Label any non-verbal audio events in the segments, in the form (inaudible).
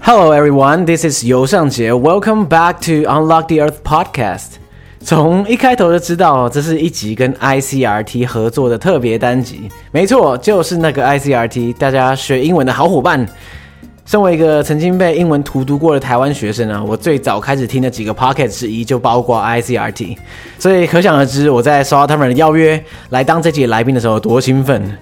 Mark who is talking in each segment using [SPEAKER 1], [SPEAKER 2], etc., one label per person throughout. [SPEAKER 1] Hello, everyone. This is 尤尚杰。Welcome back to Unlock the Earth podcast. 从一开头就知道，这是一集跟 ICRT 合作的特别单集。没错，就是那个 ICRT，大家学英文的好伙伴。身为一个曾经被英文荼毒过的台湾学生啊，我最早开始听的几个 podcast 之一就包括 ICRT，所以可想而知，我在收到他们的邀约来当这集来宾的时候多兴奋。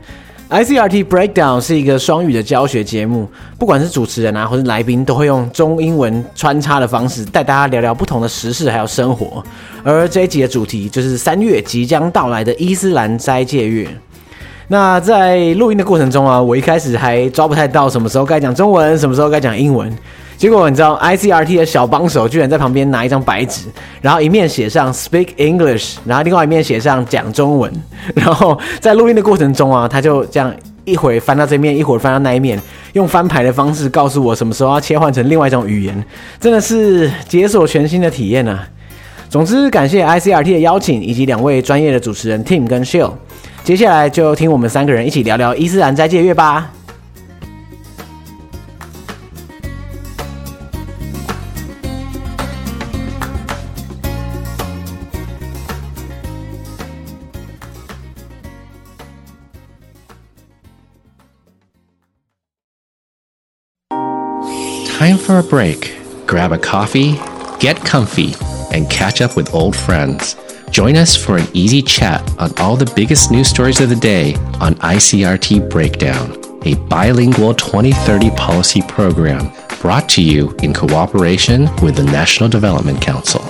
[SPEAKER 1] ICRT Breakdown 是一个双语的教学节目，不管是主持人啊，或是来宾，都会用中英文穿插的方式带大家聊聊不同的时事还有生活。而这一集的主题就是三月即将到来的伊斯兰斋戒月。那在录音的过程中啊，我一开始还抓不太到什么时候该讲中文，什么时候该讲英文。结果你知道，ICRT 的小帮手居然在旁边拿一张白纸，然后一面写上 Speak English，然后另外一面写上讲中文。然后在录音的过程中啊，他就这样一会儿翻到这面，一会儿翻到那一面，用翻牌的方式告诉我什么时候要切换成另外一种语言，真的是解锁全新的体验啊！总之，感谢 ICRT 的邀请以及两位专业的主持人 Tim 跟 Shill。接下来就听我们三个人一起聊聊伊斯兰斋戒月吧。
[SPEAKER 2] Time for a break. Grab a coffee, get comfy, and catch up with old friends. Join us for an easy chat on all the biggest news stories of the day on ICRT Breakdown, a bilingual 2030 policy program brought to you in cooperation with the National Development Council.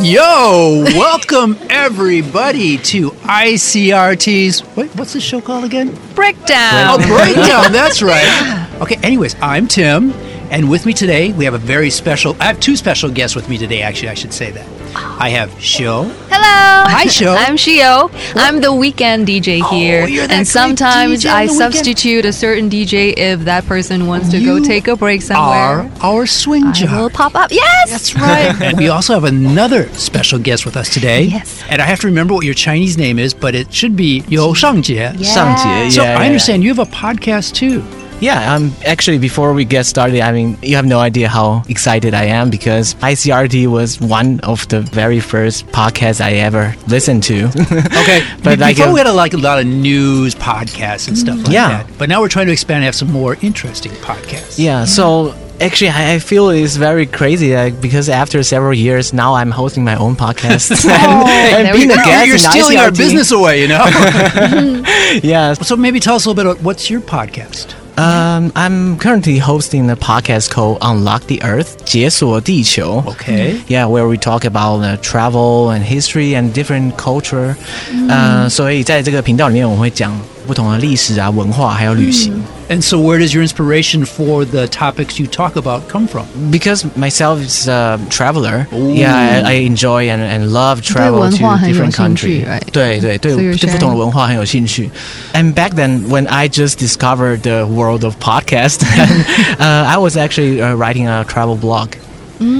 [SPEAKER 3] Yo, welcome everybody to ICRT's. Wait, what's this show called again?
[SPEAKER 4] Breakdown.
[SPEAKER 3] Oh,
[SPEAKER 4] (laughs)
[SPEAKER 3] Breakdown, that's right. Okay, anyways, I'm Tim, and with me today, we have a very special. I have two special guests with me today, actually, I should say that. I have Shil.
[SPEAKER 4] Oh, Hello.
[SPEAKER 3] Hi, Shil.
[SPEAKER 4] I'm Shio. I'm the weekend DJ here.
[SPEAKER 3] you're that
[SPEAKER 4] and
[SPEAKER 3] great
[SPEAKER 4] sometimes
[SPEAKER 3] DJ on
[SPEAKER 4] I
[SPEAKER 3] the weekend.
[SPEAKER 4] substitute a certain DJ if that person wants to go
[SPEAKER 3] You
[SPEAKER 4] take a break
[SPEAKER 3] Are
[SPEAKER 4] somewhere.
[SPEAKER 3] our swing
[SPEAKER 4] I will (laughs)
[SPEAKER 3] jar.
[SPEAKER 4] pop up. Yes.
[SPEAKER 3] That's right. and we also have another special guest with us today.
[SPEAKER 4] Yes.
[SPEAKER 3] And I have to remember what your Chinese name is, but it should be Yo Shangjie.
[SPEAKER 4] Yeah.
[SPEAKER 5] 上节
[SPEAKER 4] Yeah.
[SPEAKER 5] ，yeah,
[SPEAKER 3] So
[SPEAKER 5] yeah,
[SPEAKER 3] I understand you have a podcast too.
[SPEAKER 5] Yeah, yeah, I'm actually before we get started. I mean, you have no idea how excited I am because ICRT was one of the very first podcasts I ever listened to.
[SPEAKER 3] Okay,
[SPEAKER 5] (laughs) But
[SPEAKER 3] but
[SPEAKER 5] like um, a-
[SPEAKER 3] before we had a, like a lot of news podcasts and stuff like
[SPEAKER 5] Yeah.
[SPEAKER 3] that. But now we're trying to expand and have some more interesting podcasts.
[SPEAKER 5] yeah, so actually, I, I feel it's very crazy like, because after several years, now I'm hosting my own podcast and, (laughs) and
[SPEAKER 4] there we
[SPEAKER 5] being a
[SPEAKER 4] go.
[SPEAKER 5] guest.
[SPEAKER 3] You're
[SPEAKER 5] in
[SPEAKER 3] stealing our
[SPEAKER 5] ICRT. (laughs)
[SPEAKER 3] business away, you (laughs) know.
[SPEAKER 5] Yeah,
[SPEAKER 3] so maybe tell us a little bit. About, what's your podcast?
[SPEAKER 5] um, I'm currently hosting a podcast called Unlock the Earth, 解锁地球.
[SPEAKER 3] Oh. Okay.
[SPEAKER 5] Yeah, where we talk about uh, travel and history and different culture. 呃，所以在这个频道里面，我会讲不同的历史啊、文化还有旅行。
[SPEAKER 3] And so, where does your inspiration for the topics you talk about come from?
[SPEAKER 5] Because myself is a traveler, yeah, I, I enjoy and and love travel to
[SPEAKER 4] 对文化很有
[SPEAKER 5] different
[SPEAKER 4] 兴趣，
[SPEAKER 5] country.
[SPEAKER 4] right？
[SPEAKER 5] 对对对
[SPEAKER 4] So
[SPEAKER 5] 对
[SPEAKER 4] you're，sharing-
[SPEAKER 5] 不同的文化很有兴趣。And back then, when I just discovered the world of podcast, (laughs) uh, I was actually uh, writing a travel blog.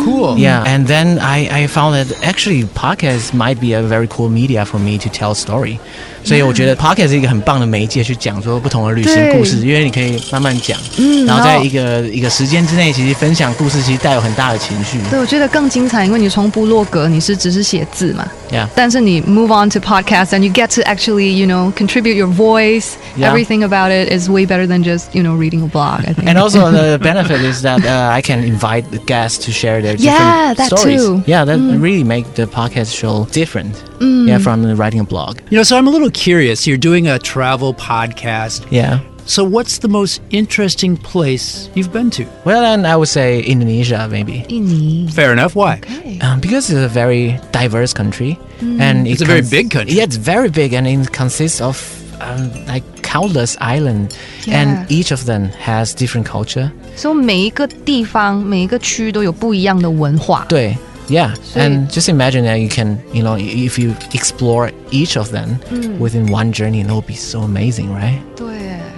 [SPEAKER 3] Cool.
[SPEAKER 5] Yeah, and then I, I found that actually podcast might be a very cool media for me to tell story. 所以我觉得 podcast 是一个很棒的媒介，去讲说不同的旅行故事，因为你可以慢慢讲，嗯然后在一个一个时间之内，其实分享故事其实带有很大的情 (laughs) 绪。
[SPEAKER 4] (laughs) 对，我觉得更精彩，因为你从部落格你是只是写字嘛
[SPEAKER 5] Yeah
[SPEAKER 4] 但是你 move on to podcast and you get to actually you know contribute your voice.
[SPEAKER 5] Yeah
[SPEAKER 4] Everything about it is way better than just you know reading a blog. I think.
[SPEAKER 5] And also the benefit is that uh, I can invite the guests to share their different
[SPEAKER 4] Yeah, that
[SPEAKER 5] stories.
[SPEAKER 4] too.
[SPEAKER 5] Yeah, Mm. that really make the podcast show different. Yeah, from writing a blog.
[SPEAKER 3] You know, so I'm a little curious. You're doing a travel podcast.
[SPEAKER 5] Yeah.
[SPEAKER 3] So, what's the most interesting place you've been to?
[SPEAKER 5] Well, then I would say Indonesia maybe.
[SPEAKER 4] 印尼
[SPEAKER 3] Fair enough. Why?
[SPEAKER 5] Um, because it's a very diverse country, and it
[SPEAKER 3] It's a very big country.
[SPEAKER 5] Yeah, it's very big, and it consists of um, like countless islands,
[SPEAKER 4] Yeah.
[SPEAKER 5] and each of them has different culture.
[SPEAKER 4] 所以每一个地方、每一个区都有不一样的文化。
[SPEAKER 5] 对, yeah,
[SPEAKER 4] So-
[SPEAKER 5] and just imagine that you can, you know, i- if you explore each of them within one journey, and it'll be so amazing, right?
[SPEAKER 4] 对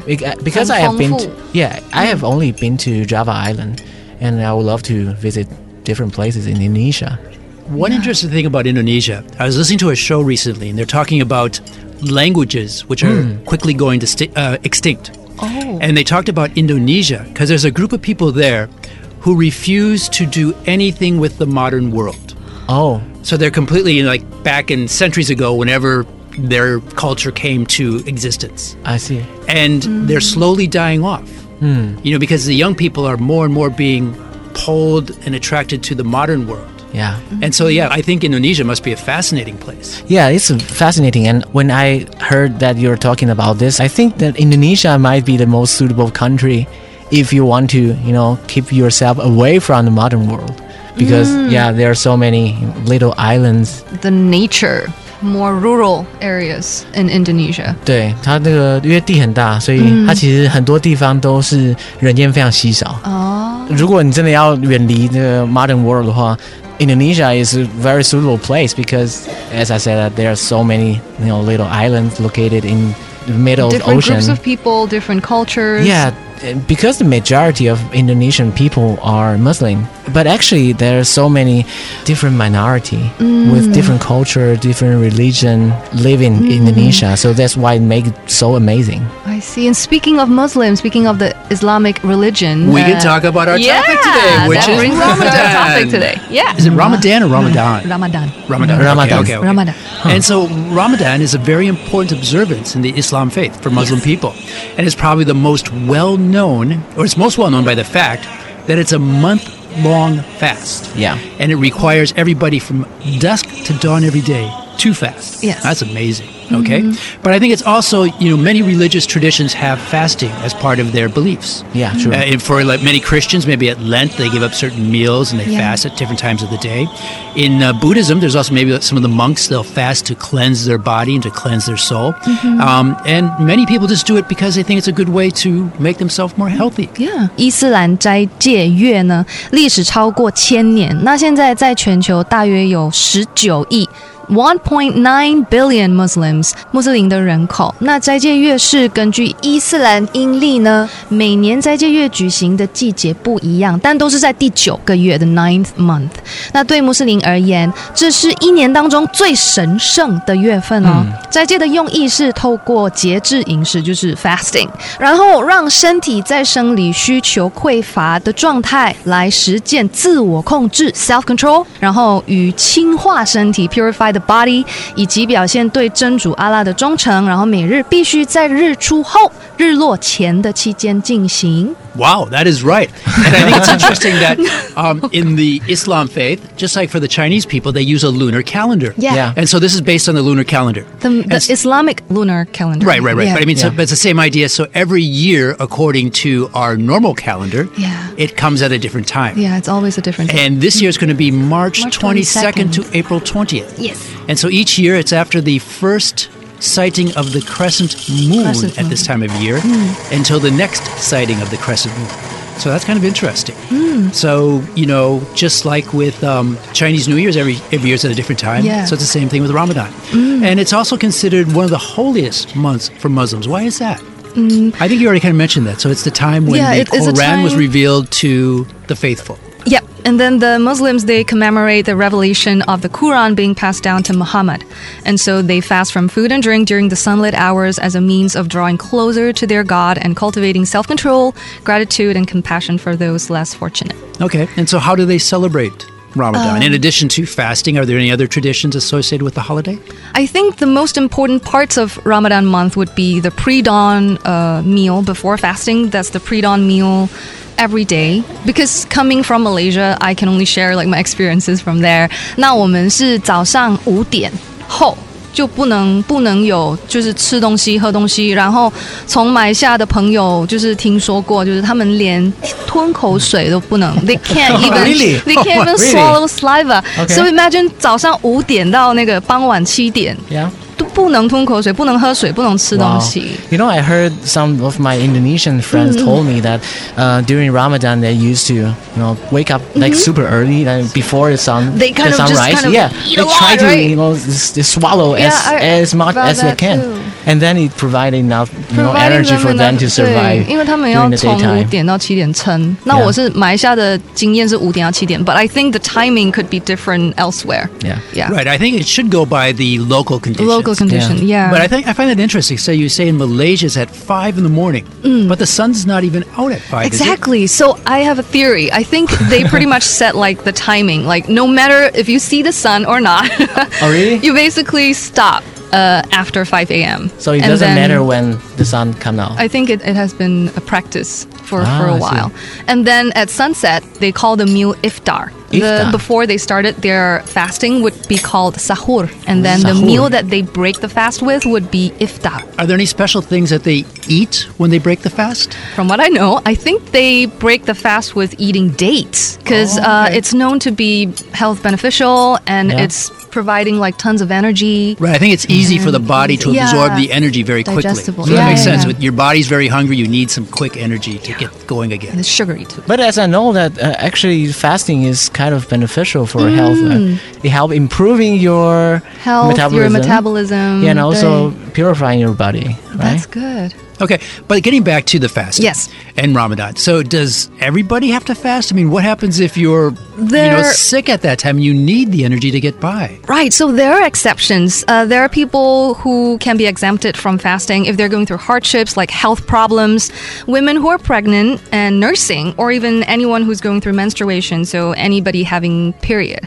[SPEAKER 5] Bec- uh, Because I have been, to,
[SPEAKER 4] 很丰富。
[SPEAKER 5] yeah, I have only been to Java Island, and I would love to visit different places in Indonesia.
[SPEAKER 3] One interesting thing about Indonesia, I was listening to a show recently, and they're talking about languages which are quickly going to sti- uh, extinct.
[SPEAKER 4] Oh.
[SPEAKER 3] And they talked about Indonesia because there's a group of people there who refuse to do anything with the modern world.
[SPEAKER 5] 哦，
[SPEAKER 3] So they're completely like back in centuries ago, whenever their culture came to existence.
[SPEAKER 5] ，I see，
[SPEAKER 3] and they're slowly dying off. You know, because the young people are more and more being pulled and attracted to the modern world.
[SPEAKER 5] yeah.
[SPEAKER 3] And so, yeah, I think Indonesia must be a fascinating place.
[SPEAKER 5] Yeah, it's fascinating. And when I heard that you're talking about this, I think that Indonesia might be the most suitable country if you want to, you know, keep yourself away from the modern world. Because yeah, there are so many little islands.
[SPEAKER 4] the nature, more rural areas in Indonesia.
[SPEAKER 5] 对，它那个因为地很大，所以它其实很多地方都是人烟非常稀少。
[SPEAKER 4] Oh,
[SPEAKER 5] 如果你真的要远离这个 modern world 的话，Indonesia is a very suitable place because, as I said, there are so many you know little islands located in the middle of the
[SPEAKER 4] different
[SPEAKER 5] ocean.
[SPEAKER 4] groups of people, different cultures.
[SPEAKER 5] Yeah, because the majority of Indonesian people are Muslim, but actually there are so many different minority with different culture, different religion live in Indonesia. So that's why it makes it so amazing.
[SPEAKER 4] I see. And speaking of Muslims, speaking of the Islamic religion,
[SPEAKER 3] We
[SPEAKER 4] uh,
[SPEAKER 3] can talk about our
[SPEAKER 4] yeah,
[SPEAKER 3] topic today, which
[SPEAKER 4] that
[SPEAKER 3] is
[SPEAKER 4] brings us to
[SPEAKER 3] Ramadan.
[SPEAKER 4] our topic today. Yeah,
[SPEAKER 3] Is it Ramadan or Ramadan?
[SPEAKER 4] Ramadan.
[SPEAKER 3] Ramadan.
[SPEAKER 5] Ramadan.
[SPEAKER 3] Okay, okay, okay.
[SPEAKER 4] Ramadan.
[SPEAKER 3] And so Ramadan is a very important observance in the Islam faith for Muslim people. And it's probably the most well known, or it's most well known by the fact that it's a month long fast.
[SPEAKER 5] Yeah.
[SPEAKER 3] And it requires everybody from dusk to dawn every day to fast.
[SPEAKER 4] Yes. Mm-hmm.
[SPEAKER 3] That's amazing. Okay. But I think it's also, you know, many religious traditions have fasting as part of their beliefs.
[SPEAKER 5] Yeah, sure.
[SPEAKER 3] Uh, and for like many Christians, maybe at Lent they give up certain meals and they
[SPEAKER 4] Yeah.
[SPEAKER 3] fast at different times of the day. In uh, Buddhism, there's also maybe some of the monks they'll fast to cleanse their body and to cleanse their soul.
[SPEAKER 4] Mm-hmm.
[SPEAKER 3] Um, and many people just do it because they think it's a good way to make themselves more healthy.
[SPEAKER 4] Yeah，伊斯兰斋戒月呢，历史超过千年。那现在在全球大约有十九亿。1.9 billion Muslims，穆斯林的人口。那斋戒月是根据伊斯兰阴历呢，每年斋戒月举行的季节不一样，但都是在第九个月的 ninth month。那对穆斯林而言，这是一年当中最神圣的月份
[SPEAKER 3] 嗯
[SPEAKER 4] 哦。斋戒的用意是透过节制饮食，就是 fasting，然后让身体在生理需求匮乏的状态来实践自我控制 （self control），然后与清化身体 （purify the body），以及表现对真主阿拉的忠诚。然后每日必须在日出后、日落前的期间进行。
[SPEAKER 3] Wow, that is right. And I think
[SPEAKER 4] (laughs)
[SPEAKER 3] it's interesting that um, in the Islam faith, just like for the Chinese people, they use a lunar calendar.
[SPEAKER 4] Yeah.
[SPEAKER 5] Yeah.
[SPEAKER 3] And so this is based on the lunar calendar.
[SPEAKER 4] The, the
[SPEAKER 3] Yes.
[SPEAKER 4] Islamic lunar calendar.
[SPEAKER 3] Right, right, right.
[SPEAKER 4] Yeah.
[SPEAKER 3] But I mean, so,
[SPEAKER 5] Yeah.
[SPEAKER 3] but it's the same idea. So every year, according to our normal calendar,
[SPEAKER 4] Yeah.
[SPEAKER 3] it comes at a different time.
[SPEAKER 4] yeah, it's always a different. day.
[SPEAKER 3] And this year is going to be March,
[SPEAKER 4] March
[SPEAKER 3] 22nd,
[SPEAKER 4] 22nd.
[SPEAKER 3] to April 20th.
[SPEAKER 4] Yes.
[SPEAKER 3] And so each year, it's after the first sighting of the crescent moon
[SPEAKER 4] Crescent
[SPEAKER 3] at
[SPEAKER 4] moon. Hmm.
[SPEAKER 3] this time of year until the next sighting of the crescent moon. So that's kind of interesting.
[SPEAKER 4] Hmm.
[SPEAKER 3] So, you know, just like with um, Chinese New Year's, every, every year is at a different time.
[SPEAKER 4] Yeah. Hmm.
[SPEAKER 3] So it's the same thing with Ramadan. And it's also considered one of the holiest months for Muslims. Why is that? I think you already kind of mentioned that. So it's the time when
[SPEAKER 4] Mm. Yeah,
[SPEAKER 3] the
[SPEAKER 4] it is a
[SPEAKER 3] Quran was
[SPEAKER 4] time-
[SPEAKER 3] revealed to the faithful.
[SPEAKER 4] Yep. And then the Muslims, they commemorate the revelation of the Quran being passed down to Muhammad. And so they fast from food and drink during the sunlit hours as a means of drawing closer to their God and cultivating self control, gratitude, and compassion for those less fortunate.
[SPEAKER 3] Okay. And so, how do they celebrate Ramadan?
[SPEAKER 4] Um,
[SPEAKER 3] In addition to fasting, are there any other traditions associated with the holiday?
[SPEAKER 4] I think the most important parts of Ramadan month would be the pre dawn uh, meal before fasting. That's the pre dawn meal every day. Because coming from Malaysia, I can only share like my experiences from there. 那我们是早上五点后。就不能不能有就是吃东西喝东西，然后从马来西亚的朋友就是听说过，就是他们连吞口水都不能，they
[SPEAKER 5] (laughs)
[SPEAKER 4] can't even
[SPEAKER 5] Oh, Really? Oh,
[SPEAKER 4] they can't
[SPEAKER 5] (laughs)
[SPEAKER 4] even
[SPEAKER 5] Really?
[SPEAKER 4] swallow saliva。
[SPEAKER 5] Okay.
[SPEAKER 4] So imagine 早上五点到那个傍晚七点，
[SPEAKER 5] Yeah.
[SPEAKER 4] 都不能吞口水，不能喝水，不能吃东西。
[SPEAKER 5] You know, I heard some of my Indonesian friends
[SPEAKER 4] Mm-hmm.
[SPEAKER 5] told me that uh, during Ramadan they used to, you know, wake up like super early, like before the sun,
[SPEAKER 4] Mm-hmm. They kind
[SPEAKER 5] the
[SPEAKER 4] of just
[SPEAKER 5] sunrise.
[SPEAKER 4] kind of
[SPEAKER 5] yeah,
[SPEAKER 4] eat
[SPEAKER 5] they
[SPEAKER 4] a lot,
[SPEAKER 5] try to,
[SPEAKER 4] right?
[SPEAKER 5] you know, s s- swallow
[SPEAKER 4] Yeah,
[SPEAKER 5] as
[SPEAKER 4] I-
[SPEAKER 5] as much
[SPEAKER 4] about
[SPEAKER 5] as they
[SPEAKER 4] that
[SPEAKER 5] can,
[SPEAKER 4] too.
[SPEAKER 5] and then it provided enough, you know, energy for them to
[SPEAKER 4] 对
[SPEAKER 5] survive，
[SPEAKER 4] 因为他们
[SPEAKER 5] during
[SPEAKER 4] 要
[SPEAKER 5] the
[SPEAKER 4] 从五
[SPEAKER 5] daytime.
[SPEAKER 4] 点到七点撑。那我是马来西亚的经验是五点到七点，but I think the timing could be different elsewhere.
[SPEAKER 5] Yeah.
[SPEAKER 4] Yeah.
[SPEAKER 3] Right. I think it should go by the local conditions.
[SPEAKER 4] local condition. Yeah.
[SPEAKER 3] But I think I find that interesting. So you say in Malaysia it's at five in the morning, but the sun's not even out at five. is it?
[SPEAKER 4] Mm. Exactly. So I have a theory. I think they pretty much (laughs) set like the timing. Like no matter if you see the sun or not, (laughs)
[SPEAKER 5] Oh, really?
[SPEAKER 4] you basically stop uh, after 5 a.m.
[SPEAKER 5] So it
[SPEAKER 4] And
[SPEAKER 5] doesn't
[SPEAKER 4] then-
[SPEAKER 5] matter when the sun comes out.
[SPEAKER 4] I think it, it has been a practice for, for
[SPEAKER 5] Ah, I see.
[SPEAKER 4] a while. And then at sunset, they call the meal iftar. The,
[SPEAKER 5] Iftar.
[SPEAKER 4] before they started their fasting would be called sahur. And then the
[SPEAKER 5] Sahur.
[SPEAKER 4] meal that they break the fast with would be iftar.
[SPEAKER 3] Are there any special things that they eat when they break the fast?
[SPEAKER 4] From what I know, I think they break the fast with eating dates
[SPEAKER 5] Oh,
[SPEAKER 4] because uh, it's known to be health beneficial and
[SPEAKER 5] Yeah.
[SPEAKER 4] it's providing like tons of energy.
[SPEAKER 3] Right. I think it's easy for the body to
[SPEAKER 4] easy.
[SPEAKER 3] absorb
[SPEAKER 4] Yeah.
[SPEAKER 3] the energy very quickly.
[SPEAKER 4] Digestible.
[SPEAKER 3] So that
[SPEAKER 4] Yeah,
[SPEAKER 3] makes
[SPEAKER 4] yeah,
[SPEAKER 3] sense.
[SPEAKER 4] yeah.
[SPEAKER 3] With Your body's very hungry. You need some quick energy to get going again.
[SPEAKER 4] And it's sugary too.
[SPEAKER 5] But as I know that uh, actually fasting is kind of beneficial for health. Uh, it help improving your
[SPEAKER 4] Mm. Health,
[SPEAKER 5] metabolism,
[SPEAKER 4] your metabolism.
[SPEAKER 5] yeah, and also purifying your body, right?
[SPEAKER 4] That's good.
[SPEAKER 3] Okay, but getting back to the fast.
[SPEAKER 4] Yes.
[SPEAKER 3] And Ramadan. So does everybody have to fast? I mean, what happens if you're you know
[SPEAKER 4] There-
[SPEAKER 3] sick at that time? You need the energy to get by.
[SPEAKER 4] Right, so there are exceptions. Uh, there are people who can be exempted from fasting if they're going through hardships like health problems, women who are pregnant and nursing, or even anyone who's going through menstruation, so anybody having period,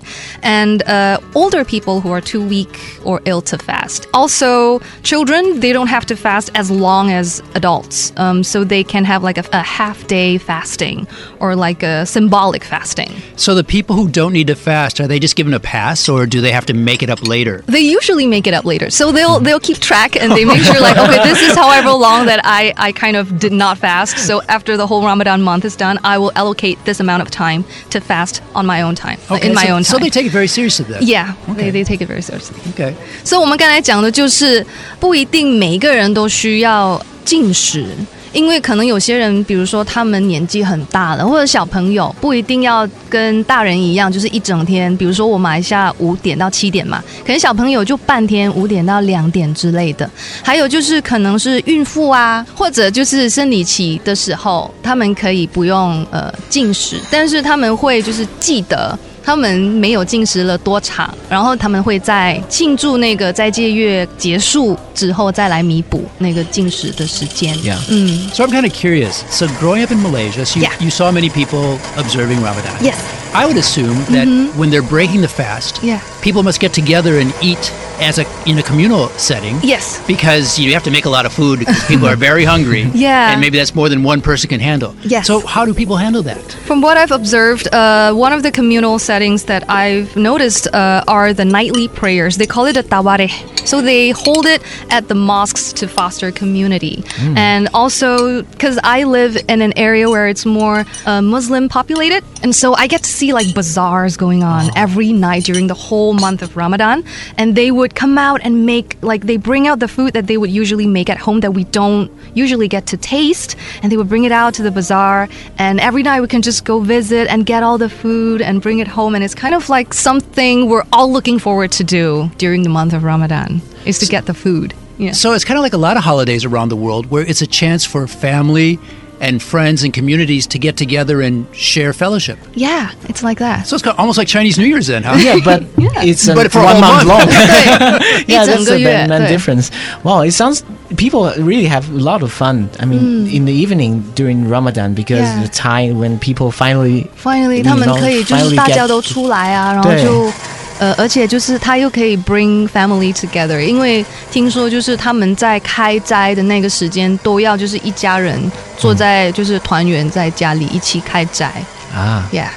[SPEAKER 4] and uh, older people who are too weak or ill to fast. Also, children, they don't have to fast as long as adults, um, so they can have like a, a half day fasting or like a symbolic fasting.
[SPEAKER 3] So the people who don't need to fast, are they just given a pass or do they have to make it up later?
[SPEAKER 4] they usually make it up later so they'll they'll keep track and they make sure like
[SPEAKER 3] (laughs)
[SPEAKER 4] okay this is however long that i i kind of did not fast so after the whole ramadan month is done i will allocate this amount of time to fast on my own time like, in my
[SPEAKER 3] so,
[SPEAKER 4] own
[SPEAKER 3] so
[SPEAKER 4] time
[SPEAKER 3] they take it very seriously then.
[SPEAKER 4] yeah they, they take it very seriously
[SPEAKER 3] Okay.
[SPEAKER 4] 所以我们刚才讲的就是，不一定每一个人都需要进食，因为可能有些人，比如说他们年纪很大了，或者小朋友，不一定要跟大人一样，就是一整天。比如说我马来西亚五点到七点嘛，可能小朋友就半天，五点到两点之类的。还有就是可能是孕妇啊，或者就是生理期的时候，他们可以不用呃进食，但是他们会就是记得。他们没有进食了多长，然后他们会在庆祝那个斋戒月结束之后再来弥补那个进食的时间。
[SPEAKER 5] Yeah.
[SPEAKER 4] 嗯
[SPEAKER 3] So I'm kind of curious. So growing up in Malaysia, so you,
[SPEAKER 4] Mm. Yeah.
[SPEAKER 3] you saw many people observing Ramadan.
[SPEAKER 4] Yes. Mm-hmm.
[SPEAKER 3] I would assume that when they're breaking the fast,
[SPEAKER 4] Yeah.
[SPEAKER 3] people must get together and eat as a in a communal setting.
[SPEAKER 4] Yes.
[SPEAKER 3] Because you have to make a lot of food because people are very hungry.
[SPEAKER 4] (laughs) Yeah.
[SPEAKER 3] And maybe that's more than one person can handle.
[SPEAKER 4] Yes.
[SPEAKER 3] So how do people handle that?
[SPEAKER 4] From what I've observed, uh, one of the communal settings that I've noticed uh, are the nightly prayers. They call it a tawareh. So they hold it at the mosques to foster community. And also, because I live in an area where it's more uh, Muslim populated, and so I get to see like bazaars going on every night during the whole month of Ramadan. And they would come out and make, like, they bring out the food that they would usually make at home that we don't usually get to taste. And they would bring it out to the bazaar. And every night we can just go visit and get all the food and bring it home. And it's kind of like something we're all looking forward to do during the month of Ramadan is to get the food. Yeah.
[SPEAKER 3] So it's kind of like a lot of holidays around the world where it's a chance for family and friends and communities to get together and share fellowship.
[SPEAKER 4] Yeah, it's like that.
[SPEAKER 5] (laughs)
[SPEAKER 3] So it's kind of almost like Chinese New Year's then, huh?
[SPEAKER 4] (laughs)
[SPEAKER 5] Yeah, but it's a
[SPEAKER 3] (laughs) But for a
[SPEAKER 5] one
[SPEAKER 3] whole
[SPEAKER 5] month long.
[SPEAKER 3] month.
[SPEAKER 5] yeah,
[SPEAKER 4] It's
[SPEAKER 5] that's
[SPEAKER 4] a
[SPEAKER 5] the
[SPEAKER 4] good
[SPEAKER 5] main,
[SPEAKER 4] year,
[SPEAKER 5] main
[SPEAKER 4] yeah.
[SPEAKER 5] difference. Wow, it sounds people really have a lot of fun. I mean, in the evening during Ramadan because
[SPEAKER 4] Mm. Yeah.
[SPEAKER 5] the time when people finally
[SPEAKER 4] Finally，
[SPEAKER 5] you
[SPEAKER 4] 他们
[SPEAKER 5] know,
[SPEAKER 4] 可以就是
[SPEAKER 5] finally
[SPEAKER 4] 大家
[SPEAKER 5] get-
[SPEAKER 4] 都出来啊，然后
[SPEAKER 5] 对
[SPEAKER 4] 就。呃，而且就是他又可以 bring family together，因为听说就是他们在开斋的那个时间都要就是一家人坐在就是团圆在家里一起开斋、
[SPEAKER 5] ah,
[SPEAKER 4] y e a h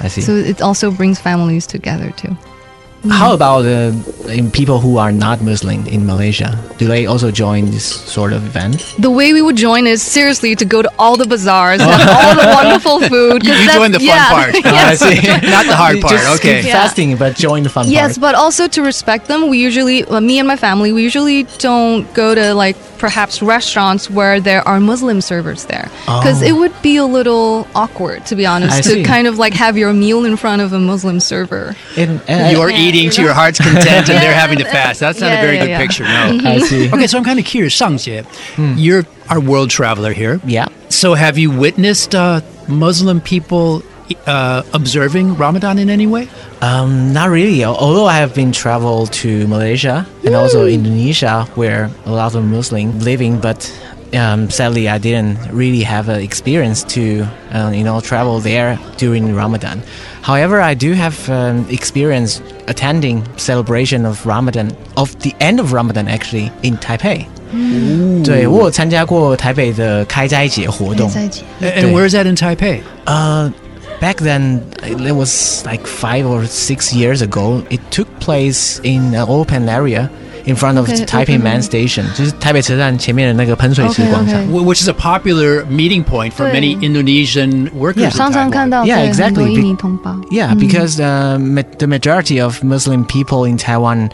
[SPEAKER 5] I see.
[SPEAKER 4] So it also brings families together too.
[SPEAKER 5] How about uh, in people who are not Muslim in Malaysia? Do they also join this sort of
[SPEAKER 3] (laughs)
[SPEAKER 5] event?
[SPEAKER 4] The way we would join is seriously to go to all the bazaars, and all the wonderful food.
[SPEAKER 3] Oh.
[SPEAKER 4] 'cause
[SPEAKER 3] You- you
[SPEAKER 4] that's-
[SPEAKER 3] joined the fun
[SPEAKER 4] (laughs) yeah,
[SPEAKER 3] part.
[SPEAKER 4] yes.
[SPEAKER 5] (laughs)
[SPEAKER 3] Not the hard part.
[SPEAKER 5] Just skip
[SPEAKER 3] Okay.
[SPEAKER 4] Yeah.
[SPEAKER 5] fasting, but join the fun
[SPEAKER 4] Yes,
[SPEAKER 5] part.
[SPEAKER 4] but also to respect them. We usually, well, me and my family, we usually don't go to like perhaps restaurants where there are Muslim servers there because
[SPEAKER 5] Oh.
[SPEAKER 4] it would be a little awkward, to be honest,
[SPEAKER 5] I
[SPEAKER 4] to
[SPEAKER 5] see.
[SPEAKER 4] kind of like have your meal in front of a Muslim server.
[SPEAKER 5] And, uh, and-
[SPEAKER 4] (laughs)
[SPEAKER 3] You're eating to your heart's content and they're having to
[SPEAKER 4] Yeah.
[SPEAKER 3] fast. That's not a
[SPEAKER 4] Yeah,
[SPEAKER 3] very
[SPEAKER 4] yeah,
[SPEAKER 3] good
[SPEAKER 4] yeah. Mm-hmm.
[SPEAKER 3] picture, no.
[SPEAKER 5] I see.
[SPEAKER 3] (laughs) Okay, so I'm kind of curious, Sangjie,
[SPEAKER 5] Hmm.
[SPEAKER 3] you're our world traveler here.
[SPEAKER 5] Yeah.
[SPEAKER 3] So have you witnessed uh, Muslim people uh, observing Ramadan in any way?
[SPEAKER 5] Um, not really. Although I have been traveled to Malaysia and also Indonesia, where a lot of Muslims living, but um, sadly I didn't really have an experience to uh, you know travel there during Ramadan. However, I do have um, experience attending celebration of Ramadan of the end of Ramadan actually in Taipei. 对我有参加过台北的 Hmm. 开斋节活动。
[SPEAKER 4] 再见。
[SPEAKER 3] A- And
[SPEAKER 5] Yeah.
[SPEAKER 3] where is that in Taipei?
[SPEAKER 5] Uh, back then, it was like five or six years ago. It took place in an open area in front of
[SPEAKER 4] Okay,
[SPEAKER 5] Taipei
[SPEAKER 4] open
[SPEAKER 5] Man
[SPEAKER 4] area.
[SPEAKER 5] Station，就是台北车站前面的那个喷水池
[SPEAKER 4] Okay,
[SPEAKER 5] 广场。
[SPEAKER 4] okay.
[SPEAKER 3] Wh- Which is a popular meeting point for
[SPEAKER 4] Yeah.
[SPEAKER 3] many Indonesian workers.
[SPEAKER 5] Yeah.
[SPEAKER 3] in
[SPEAKER 4] 常常
[SPEAKER 3] Taiwan.
[SPEAKER 4] 看到
[SPEAKER 5] Yeah,
[SPEAKER 4] 对很
[SPEAKER 5] exactly.
[SPEAKER 4] 多
[SPEAKER 5] Be-
[SPEAKER 4] 印尼同胞。
[SPEAKER 5] Yeah, because the ma- the majority of Muslim people in Taiwan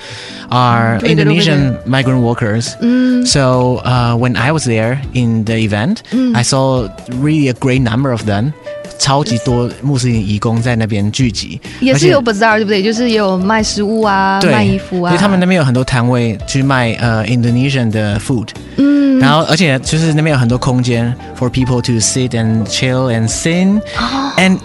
[SPEAKER 5] are
[SPEAKER 4] Wait,
[SPEAKER 5] Indonesian migrant workers.
[SPEAKER 4] Hmm.
[SPEAKER 5] So uh, when I was there in the event,
[SPEAKER 4] Hmm.
[SPEAKER 5] I saw really a great number of them. 超级多穆斯林移工在那边聚集，
[SPEAKER 4] 也
[SPEAKER 5] 而
[SPEAKER 4] 是
[SPEAKER 5] 且
[SPEAKER 4] 有 bazaar 对不对？就是也有卖食物啊，
[SPEAKER 5] 对，
[SPEAKER 4] 卖衣服啊。
[SPEAKER 5] 所以他们那边有很多摊位去卖呃 Indonesian 的 food，嗯，然后而且就是那边有很多空间 for people to sit and chill and sing，and、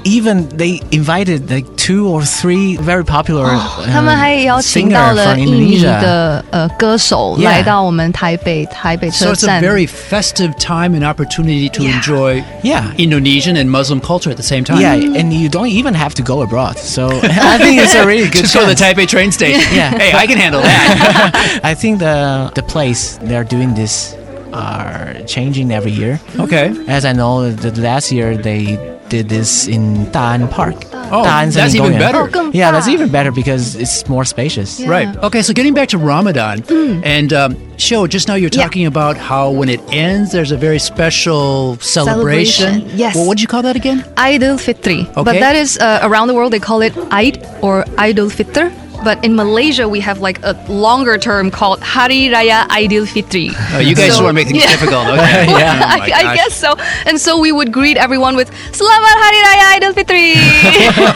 [SPEAKER 5] even they invited like two or three very popular，、um,
[SPEAKER 4] 他们还邀请到了印尼。的呃歌手
[SPEAKER 5] Yeah
[SPEAKER 4] 来到我们台北台北
[SPEAKER 3] So
[SPEAKER 4] 车
[SPEAKER 3] it's a
[SPEAKER 4] 站。
[SPEAKER 3] very festive time and opportunity to
[SPEAKER 4] Yeah.
[SPEAKER 3] enjoy
[SPEAKER 5] Yeah.
[SPEAKER 3] Indonesian and Muslim culture at the same time.
[SPEAKER 5] Yeah, and you don't even have to go abroad.
[SPEAKER 4] (laughs)
[SPEAKER 5] So (laughs) I think it's a really good
[SPEAKER 3] (laughs) Just go to the
[SPEAKER 5] chance.
[SPEAKER 3] Taipei train station.
[SPEAKER 5] Yeah.
[SPEAKER 3] Hey, I can
[SPEAKER 5] (laughs)
[SPEAKER 3] handle that.
[SPEAKER 5] I think the the place they're doing this are changing every year.
[SPEAKER 3] okay.
[SPEAKER 5] As I know, that last year they did this in Daan Park.
[SPEAKER 3] Oh,
[SPEAKER 5] Daan's an
[SPEAKER 3] that's even
[SPEAKER 5] Ingoyan.
[SPEAKER 3] better.
[SPEAKER 4] 哦，更
[SPEAKER 5] Yeah, that's
[SPEAKER 4] 大
[SPEAKER 5] even better because it's more spacious.
[SPEAKER 4] Yeah. Mm.
[SPEAKER 3] Right. Okay, so getting back to Ramadan, and um, Sho, just now you're
[SPEAKER 4] Yeah.
[SPEAKER 3] talking about how when it ends, there's a very special celebration.
[SPEAKER 4] Celebration, yes.
[SPEAKER 3] Well, what did you call that again?
[SPEAKER 4] Idol Fitri. But
[SPEAKER 3] Okay.
[SPEAKER 4] that is uh, around the world they call it Eid or Idol Fitr. But in Malaysia we have like a longer term called Hari Raya Idul Fitri.
[SPEAKER 3] Oh, you guys
[SPEAKER 4] So-
[SPEAKER 3] want to make things
[SPEAKER 4] Yeah.
[SPEAKER 3] (laughs) difficult. Okay.
[SPEAKER 5] Yeah.
[SPEAKER 3] (laughs) Oh
[SPEAKER 4] (laughs) I,
[SPEAKER 3] my
[SPEAKER 4] I
[SPEAKER 3] gosh.
[SPEAKER 4] guess so. And so we would greet everyone with Selamat Hari Raya Idul
[SPEAKER 3] (laughs)
[SPEAKER 4] Fitri. (laughs) so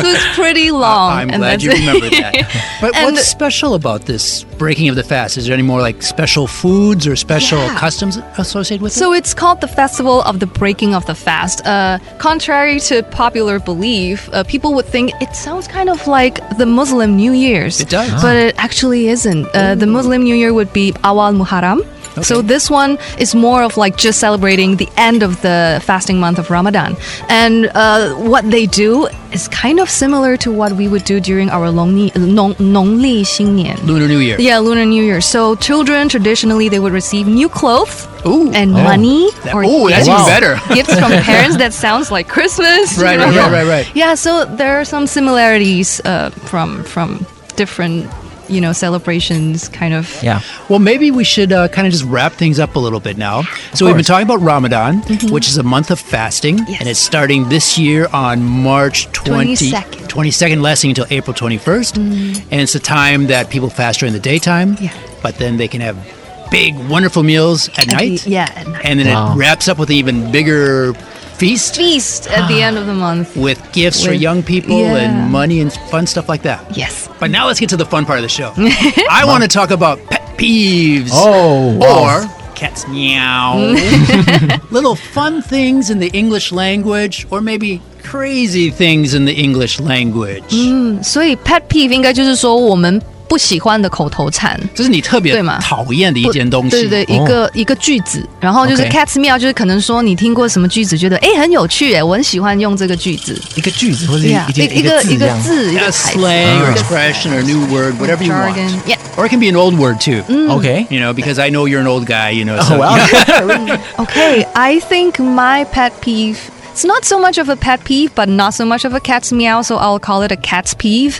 [SPEAKER 4] it's pretty long.
[SPEAKER 3] Uh, I'm
[SPEAKER 4] and
[SPEAKER 3] glad
[SPEAKER 4] that's (laughs)
[SPEAKER 3] you
[SPEAKER 4] it.
[SPEAKER 3] remembered that. But
[SPEAKER 4] And-
[SPEAKER 3] what's special about this breaking of the fast? Is there any more like special foods or special
[SPEAKER 4] Yeah.
[SPEAKER 3] customs associated with it?
[SPEAKER 4] So it's called the Festival of the Breaking of the Fast. Uh, contrary to popular belief, uh, people would think it sounds kind of like the Muslim New Year's.
[SPEAKER 3] It does.
[SPEAKER 4] But it actually isn't. Uh, the Muslim New Year would be Awal Muharram. So this one is more of like just celebrating the end of the fasting month of Ramadan. And uh, what they do is kind of similar to what we would do during our 农历-农-农历新年.
[SPEAKER 3] Lunar New Year.
[SPEAKER 4] Yeah, Lunar New Year. So children traditionally they would receive new clothes
[SPEAKER 3] Ooh. Oh.
[SPEAKER 4] and money
[SPEAKER 3] That-
[SPEAKER 4] or
[SPEAKER 3] ooh, that's even
[SPEAKER 4] gifts-
[SPEAKER 3] better.
[SPEAKER 4] (laughs) gifts
[SPEAKER 3] (laughs)
[SPEAKER 4] from parents that sounds like Christmas. you
[SPEAKER 3] Right, right,
[SPEAKER 4] know?
[SPEAKER 3] right, right, right.
[SPEAKER 4] (laughs) Yeah, so there are some similarities uh, from from different you know celebrations kind of
[SPEAKER 5] Yeah.
[SPEAKER 3] Well, maybe we should uh, kind of just wrap things up a little bit now. so we've been
[SPEAKER 5] course.
[SPEAKER 3] talking about Ramadan, which is a month of fasting,
[SPEAKER 4] Mm-hmm. Yes.
[SPEAKER 3] and it's starting this year on March 20,
[SPEAKER 4] 22nd.
[SPEAKER 3] 22nd, lasting until April 21st. And it's a time that people fast during the daytime,
[SPEAKER 4] Mm. Yeah.
[SPEAKER 3] but then they can have big, wonderful meals at,
[SPEAKER 4] the-
[SPEAKER 3] night.
[SPEAKER 4] yeah, at night.
[SPEAKER 3] And then
[SPEAKER 5] Wow.
[SPEAKER 3] it wraps up with an even bigger feast
[SPEAKER 4] feast at the end of
[SPEAKER 3] (gasps)
[SPEAKER 4] the month.
[SPEAKER 3] with gifts for
[SPEAKER 4] With-
[SPEAKER 3] young people
[SPEAKER 4] yeah.
[SPEAKER 3] and money and fun stuff like that.
[SPEAKER 4] Yes.
[SPEAKER 3] But now let's get to the fun part of the
[SPEAKER 4] (laughs)
[SPEAKER 3] show. I want to talk about pet peeves.
[SPEAKER 5] Oh, wow.
[SPEAKER 3] Or cats
[SPEAKER 4] (laughs)
[SPEAKER 3] meow. (laughs) Little fun things in the English language, or maybe crazy things in the English language.
[SPEAKER 4] 所以 pet peeve 应该就是说我们不喜欢的口头禅。对吗？不对对，一个、一个句子，然后就是
[SPEAKER 5] OK
[SPEAKER 4] cat's meow，就是可能说你听过什么句子，觉得哎很有趣哎，我很喜欢用这个句子，
[SPEAKER 5] 一个句子或者一
[SPEAKER 4] Yeah，
[SPEAKER 5] 件
[SPEAKER 4] 一
[SPEAKER 5] 一
[SPEAKER 4] 个
[SPEAKER 5] 个
[SPEAKER 4] 一
[SPEAKER 5] 字这
[SPEAKER 4] 个
[SPEAKER 5] 样。
[SPEAKER 4] 字，一个
[SPEAKER 3] A
[SPEAKER 4] 台词
[SPEAKER 3] slang or
[SPEAKER 4] 一个
[SPEAKER 3] expression or a new word, whatever you want.
[SPEAKER 4] jargon, yeah. Mm.
[SPEAKER 3] Or it can be an old word too.
[SPEAKER 5] OK，
[SPEAKER 3] You know, because I know you're an old guy, you know.
[SPEAKER 5] Oh,
[SPEAKER 3] So (laughs)
[SPEAKER 5] wow.
[SPEAKER 4] (laughs) Okay, I think my pet peeve. It's not so much of a pet peeve, but not so much of a cat's meow, so I'll call it a cat's peeve.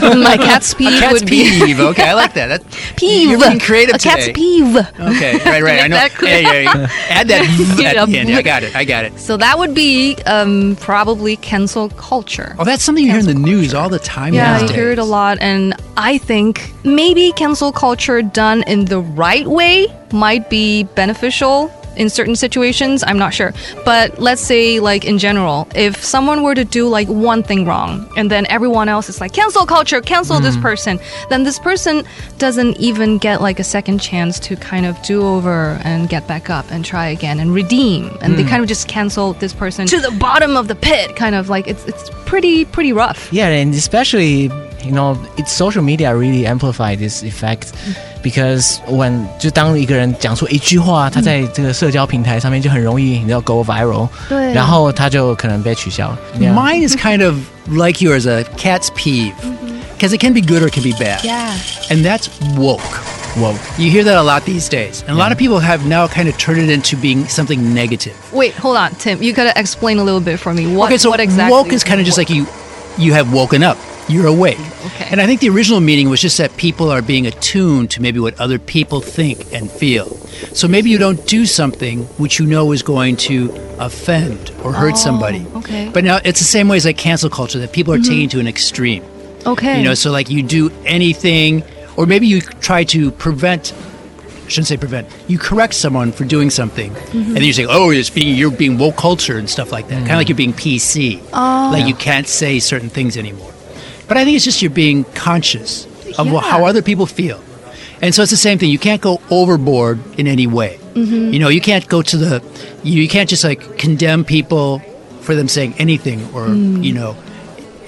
[SPEAKER 4] my cat's peeve
[SPEAKER 3] Cat's
[SPEAKER 4] would be
[SPEAKER 3] peeve. Okay, I like that. That's,
[SPEAKER 4] peeve.
[SPEAKER 3] You're being creative
[SPEAKER 4] a cat's
[SPEAKER 3] today.
[SPEAKER 4] peeve.
[SPEAKER 3] Okay, right, right. I
[SPEAKER 4] Make
[SPEAKER 3] know.
[SPEAKER 4] that clear.
[SPEAKER 3] Yeah, yeah, yeah. Add
[SPEAKER 4] (laughs)
[SPEAKER 3] that
[SPEAKER 4] You
[SPEAKER 3] at
[SPEAKER 4] know.
[SPEAKER 3] the end. I got it. I got it.
[SPEAKER 4] So that would be um, probably cancel culture.
[SPEAKER 3] Oh, that's something you hear in the news all the time.
[SPEAKER 4] Yeah,
[SPEAKER 3] nowadays.
[SPEAKER 4] you hear it a lot, and I think maybe cancel culture done in the right way might be beneficial in certain situations. I'm not sure. But let's say, like, in general, if someone were to do like one thing wrong and then everyone else is like, cancel culture, cancel this person, then this person doesn't even get like a second chance to kind of do over and get back up and try again and redeem. And they kind of just cancel this person to the bottom of the pit, kind of like it's, it's pretty, pretty rough.
[SPEAKER 5] (laughs) Yeah, and especially you know, it's social media really amplify this effect because when 就当一个人讲出一句话，他在这个社交平台上面就很容易你知道 go viral，
[SPEAKER 4] 对
[SPEAKER 5] 然后他就可能被取消。Yeah.
[SPEAKER 3] Mine is kind of like yours, a cat's peeve. Because it can be good or it can be bad.
[SPEAKER 4] Mm-hmm. Yeah.
[SPEAKER 3] And that's woke. Woke. You hear that a lot these days. And a lot of people have now kind of turned it into being something negative.
[SPEAKER 4] Wait, hold on, Tim. You gotta explain a little bit for me. What,
[SPEAKER 3] okay, so
[SPEAKER 4] what exactly?
[SPEAKER 3] woke is kind of just like you you have woken up. You're awake.
[SPEAKER 4] Okay.
[SPEAKER 3] And I think the original meaning was just that people are being attuned to maybe what other people think and feel. So maybe you don't do something which you know is going to offend or hurt somebody.
[SPEAKER 4] Oh, okay. Mm-hmm.
[SPEAKER 3] But now it's the same way as like cancel culture that people are taking to an extreme.
[SPEAKER 4] okay.
[SPEAKER 3] You know, so like you do anything, or maybe you try to prevent. I Shouldn't say prevent. You correct someone for doing something, and then you say, "Oh, it's being you're being woke culture and stuff like that." Kind of like you're being PC. Oh. Like you can't say certain things anymore. But I think it's just you're being conscious of wh- how
[SPEAKER 4] Yeah.
[SPEAKER 3] other people feel, and so it's the same thing. You can't go overboard in any way. You know, you can't go to the, you, you can't just like condemn people for them saying anything or you know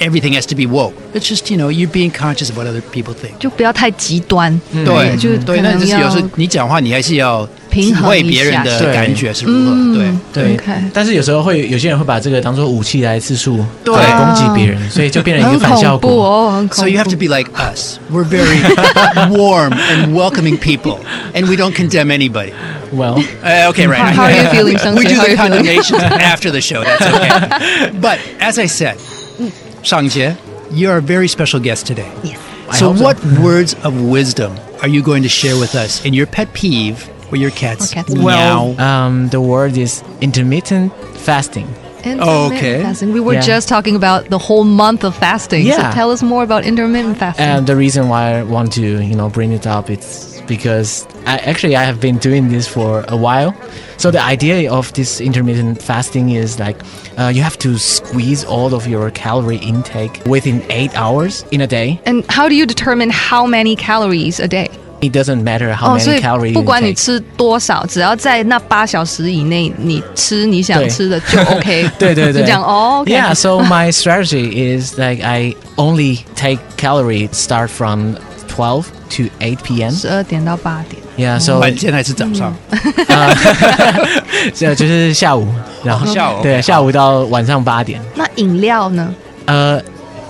[SPEAKER 3] everything has to be woke. It's just you know you're being conscious of what other people think.
[SPEAKER 4] 就不要太极端。
[SPEAKER 3] 对，
[SPEAKER 4] 就可
[SPEAKER 3] 对，
[SPEAKER 4] 能
[SPEAKER 3] 那就是有时候
[SPEAKER 4] 要
[SPEAKER 3] 你讲话，你还是要体
[SPEAKER 4] 平衡
[SPEAKER 3] 会
[SPEAKER 4] 一
[SPEAKER 3] 别人
[SPEAKER 4] 下
[SPEAKER 3] 的
[SPEAKER 5] 对
[SPEAKER 3] 感觉是如何。对，
[SPEAKER 5] 对
[SPEAKER 4] OK
[SPEAKER 5] 但是有时候会有些人会把这个当做武器来自述，
[SPEAKER 3] 对
[SPEAKER 5] 来攻击别人，所以就变成一
[SPEAKER 4] 很
[SPEAKER 5] 个反效
[SPEAKER 4] 恐怖
[SPEAKER 5] 果。
[SPEAKER 4] 哦，很恐怖。
[SPEAKER 3] So you have to be like us. We're
[SPEAKER 4] (laughs)
[SPEAKER 3] very warm and welcoming people, and we don't condemn anybody.
[SPEAKER 5] Well,
[SPEAKER 3] Uh, okay, right.
[SPEAKER 4] How are you feeling, Sung
[SPEAKER 3] We
[SPEAKER 4] Jae?
[SPEAKER 3] do
[SPEAKER 4] How are
[SPEAKER 3] the
[SPEAKER 4] you feeling? (laughs)
[SPEAKER 3] condemnations after the show. That's okay. But as I said, Shang Jie, you're a very special guest today.
[SPEAKER 4] Yes.
[SPEAKER 5] I
[SPEAKER 3] So,
[SPEAKER 5] hope so.
[SPEAKER 3] what words of wisdom are you going to share with us in your pet peeve or your cat's,
[SPEAKER 4] Or cat's
[SPEAKER 3] meow?
[SPEAKER 5] um, the word is intermittent fasting.
[SPEAKER 4] Intermittent
[SPEAKER 3] Oh, okay.
[SPEAKER 4] Fasting. We were
[SPEAKER 5] Yeah.
[SPEAKER 4] just talking about the whole month of fasting.
[SPEAKER 5] Yeah.
[SPEAKER 4] So tell us more about intermittent fasting.
[SPEAKER 5] And the reason why I want to, you know, bring it up it's because I actually I have been doing this for a while. So the idea of this intermittent fasting is like uh, you have to squeeze all of your calorie intake within eight hours in a day.
[SPEAKER 4] And how do you determine how many calories a day?
[SPEAKER 5] It doesn't matter how
[SPEAKER 4] 哦，所
[SPEAKER 5] many
[SPEAKER 4] 以
[SPEAKER 5] calories
[SPEAKER 4] 不
[SPEAKER 5] you
[SPEAKER 4] 管你
[SPEAKER 5] take.
[SPEAKER 4] 吃多少，只要在那八小时以内，你吃你想
[SPEAKER 5] 对
[SPEAKER 4] 吃的就
[SPEAKER 3] (laughs)
[SPEAKER 4] OK。
[SPEAKER 5] 对对
[SPEAKER 4] 就
[SPEAKER 5] 对，
[SPEAKER 4] (laughs) 这样哦。OK
[SPEAKER 5] Yeah, so my strategy is like I only take calorie start from 12 to 8 p.m.
[SPEAKER 4] 十二点到八点。
[SPEAKER 5] Yeah, so (laughs)
[SPEAKER 3] 晚间还是早上？
[SPEAKER 5] 这就是下午，然后
[SPEAKER 3] 下午
[SPEAKER 5] 对下午到晚上八点。
[SPEAKER 4] 那饮料呢？
[SPEAKER 5] 呃，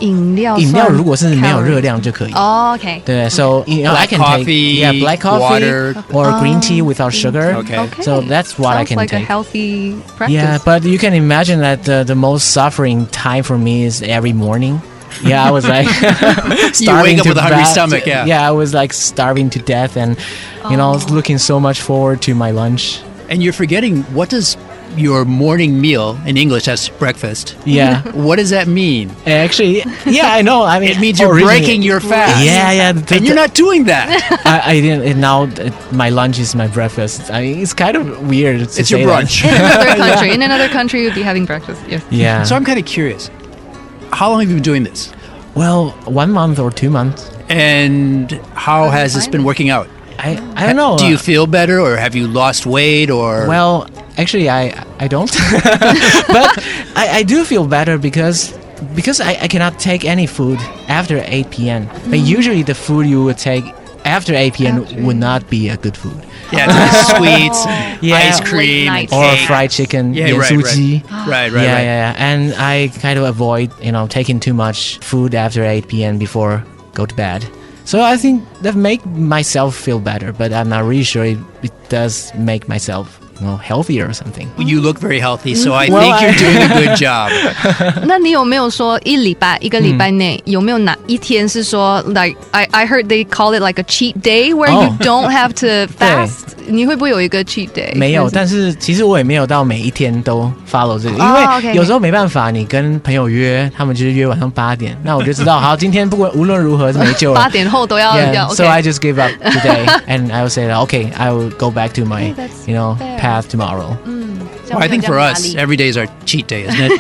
[SPEAKER 4] 饮料
[SPEAKER 5] 饮料
[SPEAKER 4] 算 Oh,
[SPEAKER 5] 如果是没有
[SPEAKER 4] calorie
[SPEAKER 5] 热量就可以。
[SPEAKER 4] 哦，OK。
[SPEAKER 5] 对，so you know, I
[SPEAKER 3] Black
[SPEAKER 5] can take
[SPEAKER 3] coffee,
[SPEAKER 5] yeah black coffee
[SPEAKER 3] water.
[SPEAKER 5] or green tea
[SPEAKER 4] Oh。
[SPEAKER 5] without sugar.
[SPEAKER 3] Okay.
[SPEAKER 4] Okay.
[SPEAKER 5] So that's what I
[SPEAKER 4] Sounds
[SPEAKER 5] can
[SPEAKER 4] like a
[SPEAKER 5] take.
[SPEAKER 4] healthy practice.
[SPEAKER 5] Yeah, but you can imagine that the, the most suffering time for me is every morning. Yeah, I
[SPEAKER 3] (laughs)
[SPEAKER 5] was like starving
[SPEAKER 3] up
[SPEAKER 5] to
[SPEAKER 3] with a hungry
[SPEAKER 5] ba-
[SPEAKER 3] stomach, yeah.
[SPEAKER 5] yeah, I was like starving to death, and you know, I was looking so much forward to my lunch.
[SPEAKER 3] And you're forgetting what does your morning meal in English as breakfast?
[SPEAKER 5] Yeah,
[SPEAKER 3] (laughs) What does that mean?
[SPEAKER 5] actually, yeah, I know.
[SPEAKER 3] (laughs)
[SPEAKER 5] I mean,
[SPEAKER 3] It means you're
[SPEAKER 5] originally-
[SPEAKER 3] breaking your fast.
[SPEAKER 5] Yeah, yeah, the-
[SPEAKER 3] And you're not
[SPEAKER 5] (laughs)
[SPEAKER 3] doing that.
[SPEAKER 5] I, I didn't. And now th- my lunch is my breakfast. I mean, it's kind of weird. To
[SPEAKER 3] it's your
[SPEAKER 5] say that. (laughs)
[SPEAKER 3] brunch.
[SPEAKER 4] In another country, in another country, you'd be having breakfast. Yes.
[SPEAKER 5] Yeah.
[SPEAKER 3] so I'm kind of curious. How long have you been doing this?
[SPEAKER 5] well, one month or two months.
[SPEAKER 3] And how has this been working out?
[SPEAKER 5] I I don't know.
[SPEAKER 3] Do you feel better or have you lost weight or
[SPEAKER 5] Well, actually, I I don't. (laughs) but I, I do feel better because because I, I cannot take any food after 8 p.m. But usually the food you would take after 8 p.m. would not be a good food.
[SPEAKER 3] yeah,
[SPEAKER 5] (laughs)
[SPEAKER 3] it's like sweets, and
[SPEAKER 5] Oh. Yeah.
[SPEAKER 3] ice
[SPEAKER 5] Late
[SPEAKER 3] cream,
[SPEAKER 4] night
[SPEAKER 3] and
[SPEAKER 5] Or
[SPEAKER 3] cake.
[SPEAKER 5] fried chicken,
[SPEAKER 3] Yeah,
[SPEAKER 5] yeah,
[SPEAKER 3] right,
[SPEAKER 5] sushi.
[SPEAKER 3] right. Right, right,
[SPEAKER 5] yeah,
[SPEAKER 3] right.
[SPEAKER 5] yeah, yeah. And I kind of avoid, you know, taking too much food after 8 p.m. before go to bed. So I think that make myself feel better, but I'm not really sure it, it does make myself, you know, healthier or something.
[SPEAKER 3] You look very healthy, so I
[SPEAKER 5] Well,
[SPEAKER 3] think
[SPEAKER 5] I-
[SPEAKER 3] you're
[SPEAKER 5] (laughs)
[SPEAKER 3] doing a good job.
[SPEAKER 4] (laughs) 那你有没有说一礼拜一个礼拜内有没有哪一天 (laughs) 是说 like I I heard they call it like a cheat day where you
[SPEAKER 5] Oh. (laughs)
[SPEAKER 4] don't have to fast？你会不会有一个 cheat day？
[SPEAKER 5] 没有，
[SPEAKER 4] 还
[SPEAKER 5] 但是其实我也没有到每一天都 follow 这个，
[SPEAKER 4] 哦
[SPEAKER 5] 因
[SPEAKER 4] OK，OK
[SPEAKER 5] 为有时候没办法，你跟朋友约，他们就是约晚上八点，那我就知道，好，今天不管无论如何是没救了。
[SPEAKER 4] 八点后都要要
[SPEAKER 5] Yeah,
[SPEAKER 4] OK
[SPEAKER 5] so I just give up
[SPEAKER 4] (laughs)
[SPEAKER 5] today, and I will say that okay, I will go back to my,
[SPEAKER 4] Hey, that's
[SPEAKER 5] you know,
[SPEAKER 4] fair. Mm.
[SPEAKER 5] path tomorrow.
[SPEAKER 3] Well, I think for us, every day is our cheat day, isn't it?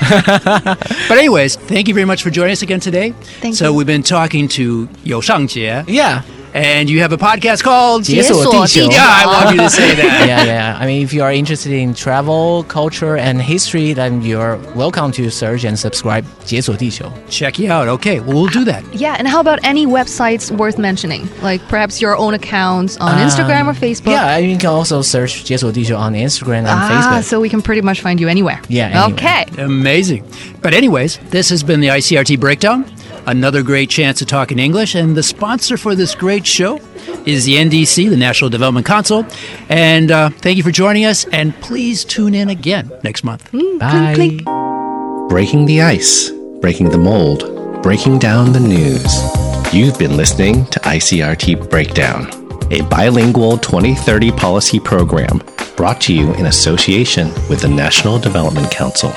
[SPEAKER 3] but anyways, thank you very much for joining us again today.
[SPEAKER 4] Thank
[SPEAKER 3] so
[SPEAKER 4] you.
[SPEAKER 3] we've been talking to Yo Shang Jie,
[SPEAKER 5] Yeah,
[SPEAKER 3] and you have a podcast called
[SPEAKER 5] 解锁地球
[SPEAKER 3] Yeah, I want you to say
[SPEAKER 5] yeah, (laughs)
[SPEAKER 3] that.
[SPEAKER 5] yeah, yeah. I mean, if you are interested in travel, culture, and history, then you're welcome to search and subscribe 解锁地球。
[SPEAKER 3] Check you out. Okay, well we'll do that.
[SPEAKER 4] Yeah, and how about any websites worth mentioning? Like perhaps your own accounts on Instagram or Facebook?
[SPEAKER 5] Um, Yeah, you can also search 解锁地球 on Instagram and
[SPEAKER 4] Ah,
[SPEAKER 5] Facebook.
[SPEAKER 4] so we can pretty much find you anywhere.
[SPEAKER 5] Yeah, anywhere.
[SPEAKER 4] Okay.
[SPEAKER 3] Amazing. But anyways, this has been the ICRT breakdown. Another great chance to talk in English, and the sponsor for this great show is the NDC, the National Development Council. And uh, thank you for joining us, and please tune in again next month.
[SPEAKER 5] Bye.
[SPEAKER 4] click.
[SPEAKER 2] breaking the ice, breaking the mold, breaking down the news. You've been listening to ICRT Breakdown, a bilingual 2030 policy program brought to you in association with the National Development Council.